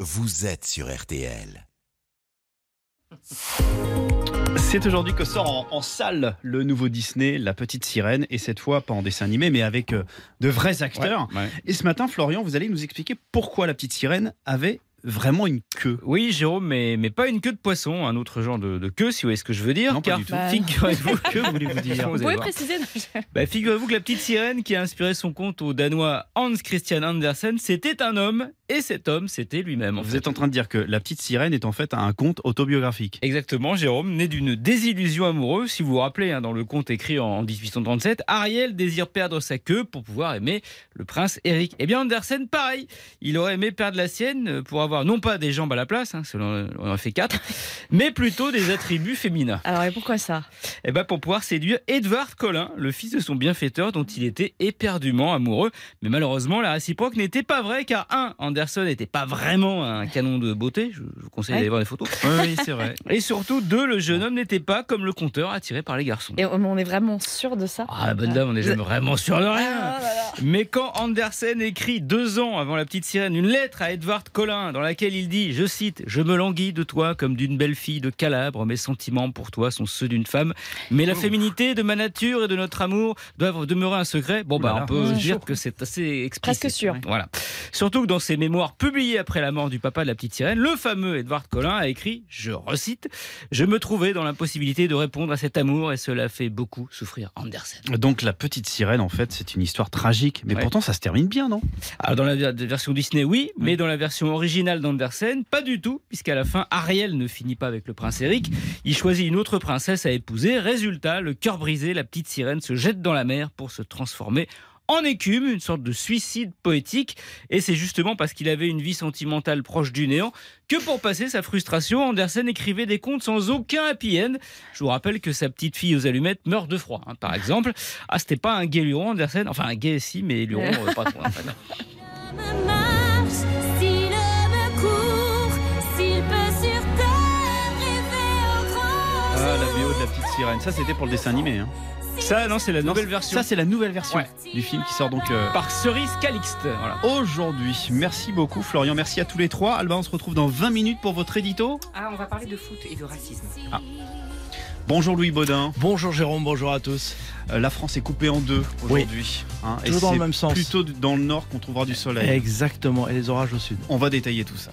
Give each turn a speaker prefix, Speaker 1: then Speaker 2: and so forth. Speaker 1: vous êtes sur RTL.
Speaker 2: C'est aujourd'hui que sort en, en salle le nouveau Disney, La Petite Sirène, et cette fois pas en dessin animé, mais avec euh, de vrais acteurs.
Speaker 3: Ouais, ouais.
Speaker 2: Et ce matin, Florian, vous allez nous expliquer pourquoi La Petite Sirène avait vraiment une queue.
Speaker 3: Oui, Jérôme, mais, mais pas une queue de poisson, un autre genre de, de queue, si vous voyez ce que je veux dire.
Speaker 2: Non, pas
Speaker 3: car
Speaker 2: du tout.
Speaker 4: Bah, non.
Speaker 3: figurez-vous que voulez-vous dire
Speaker 4: Vous pouvez préciser non, je-
Speaker 3: Bah, Figurez-vous que la petite sirène qui a inspiré son conte au Danois Hans Christian Andersen, c'était un homme, et cet homme, c'était lui-même. en
Speaker 2: Vous
Speaker 3: fait.
Speaker 2: êtes en train de dire que La Petite Sirène est en fait un conte autobiographique.
Speaker 3: Exactement, Jérôme, né d'une désillusion amoureuse. Si vous vous rappelez, hein, dans le conte écrit en 1837, Ariel désire perdre sa queue pour pouvoir aimer le prince Eric. Eh bien, Andersen, pareil. Il aurait aimé perdre la sienne pour avoir non pas des jambes à la place, hein, selon, on en fait quatre, mais plutôt des attributs féminins.
Speaker 4: Alors, et pourquoi ça
Speaker 3: Eh ben, pour pouvoir séduire Edward Collin, le fils de son bienfaiteur dont il était éperdument amoureux. Mais malheureusement, la réciproque n'était pas vraie car, un, Anderson n'était pas vraiment un canon de beauté. Je je vous conseille
Speaker 4: Ouais.
Speaker 3: d'aller voir les photos.
Speaker 2: Oui, c'est vrai.
Speaker 3: Et surtout, deux, le jeune homme n'était pas, comme le conteur, attiré par les garçons.
Speaker 4: Et on on est vraiment sûr de ça
Speaker 3: Ah, bonne dame, on n'est jamais vraiment sûr de rien.
Speaker 4: Ah, là, là.
Speaker 3: Mais quand Andersen écrit deux ans avant La Petite Sirène une lettre à Edward Collin dans laquelle il dit, je cite, Je me languis de toi comme d'une belle fille de Calabre, mes sentiments pour toi sont ceux d'une femme, mais la féminité de ma nature et de notre amour doivent demeurer un secret. Bon, bah,
Speaker 2: Oulala.
Speaker 3: on peut
Speaker 4: Ouais.
Speaker 3: dire que c'est assez explicite.
Speaker 4: Presque sûr.
Speaker 3: Voilà. Surtout que dans ses mémoires publiées après la mort du papa de La Petite Sirène, le fameux Edward Collin a écrit, je recite, Je me trouvais dans l'impossibilité de répondre à cet amour et cela fait beaucoup souffrir Andersen.
Speaker 2: Donc La Petite Sirène, en fait, c'est une histoire tragique. Mais
Speaker 3: Ouais.
Speaker 2: pourtant, ça se termine bien, non
Speaker 3: Alors Ah, dans la ver- version Disney, oui, mais dans la version originale d'Andersen, pas du tout, puisqu'à la fin, Ariel ne finit pas avec le prince Eric. Il choisit une autre princesse à épouser. Résultat, le cœur brisé, la petite sirène se jette dans la mer pour se transformer. En écume, une sorte de suicide poétique, et c'est justement parce qu'il avait une vie sentimentale proche du néant que pour passer sa frustration, Andersen écrivait des contes sans aucun happy end. Je vous rappelle que sa petite fille aux allumettes meurt de froid, hein, par exemple. Ah, c'était pas un gay Luron, Andersen, enfin un gay si, mais Luron, euh, pas trop. hein, pas
Speaker 5: me marche, s'il me court, s'il peut sur terre rêver au grand
Speaker 2: Ah, la BO de La Petite Sirène. Ça, c'était pour le dessin animé. hein.
Speaker 3: Ça, non, c'est la nouvelle
Speaker 2: Non,
Speaker 3: version.
Speaker 2: Ça, c'est la nouvelle version
Speaker 3: Ouais.
Speaker 2: du film qui sort donc. euh,
Speaker 3: par Cerise Calixte. Voilà.
Speaker 2: aujourd'hui. Merci beaucoup Florian, merci à tous les trois. Alba, on se retrouve dans 20 minutes pour votre édito.
Speaker 6: Ah, on va parler de foot et de racisme.
Speaker 2: Ah. Bonjour Louis Baudin.
Speaker 7: Bonjour Jérôme, bonjour à tous.
Speaker 2: Euh, la France est coupée en deux aujourd'hui. hein, et
Speaker 7: Toujours dans le
Speaker 2: c'est
Speaker 7: même sens.
Speaker 2: Plutôt d- dans le nord qu'on trouvera du soleil.
Speaker 7: Exactement, et les orages au sud.
Speaker 2: On va détailler tout ça.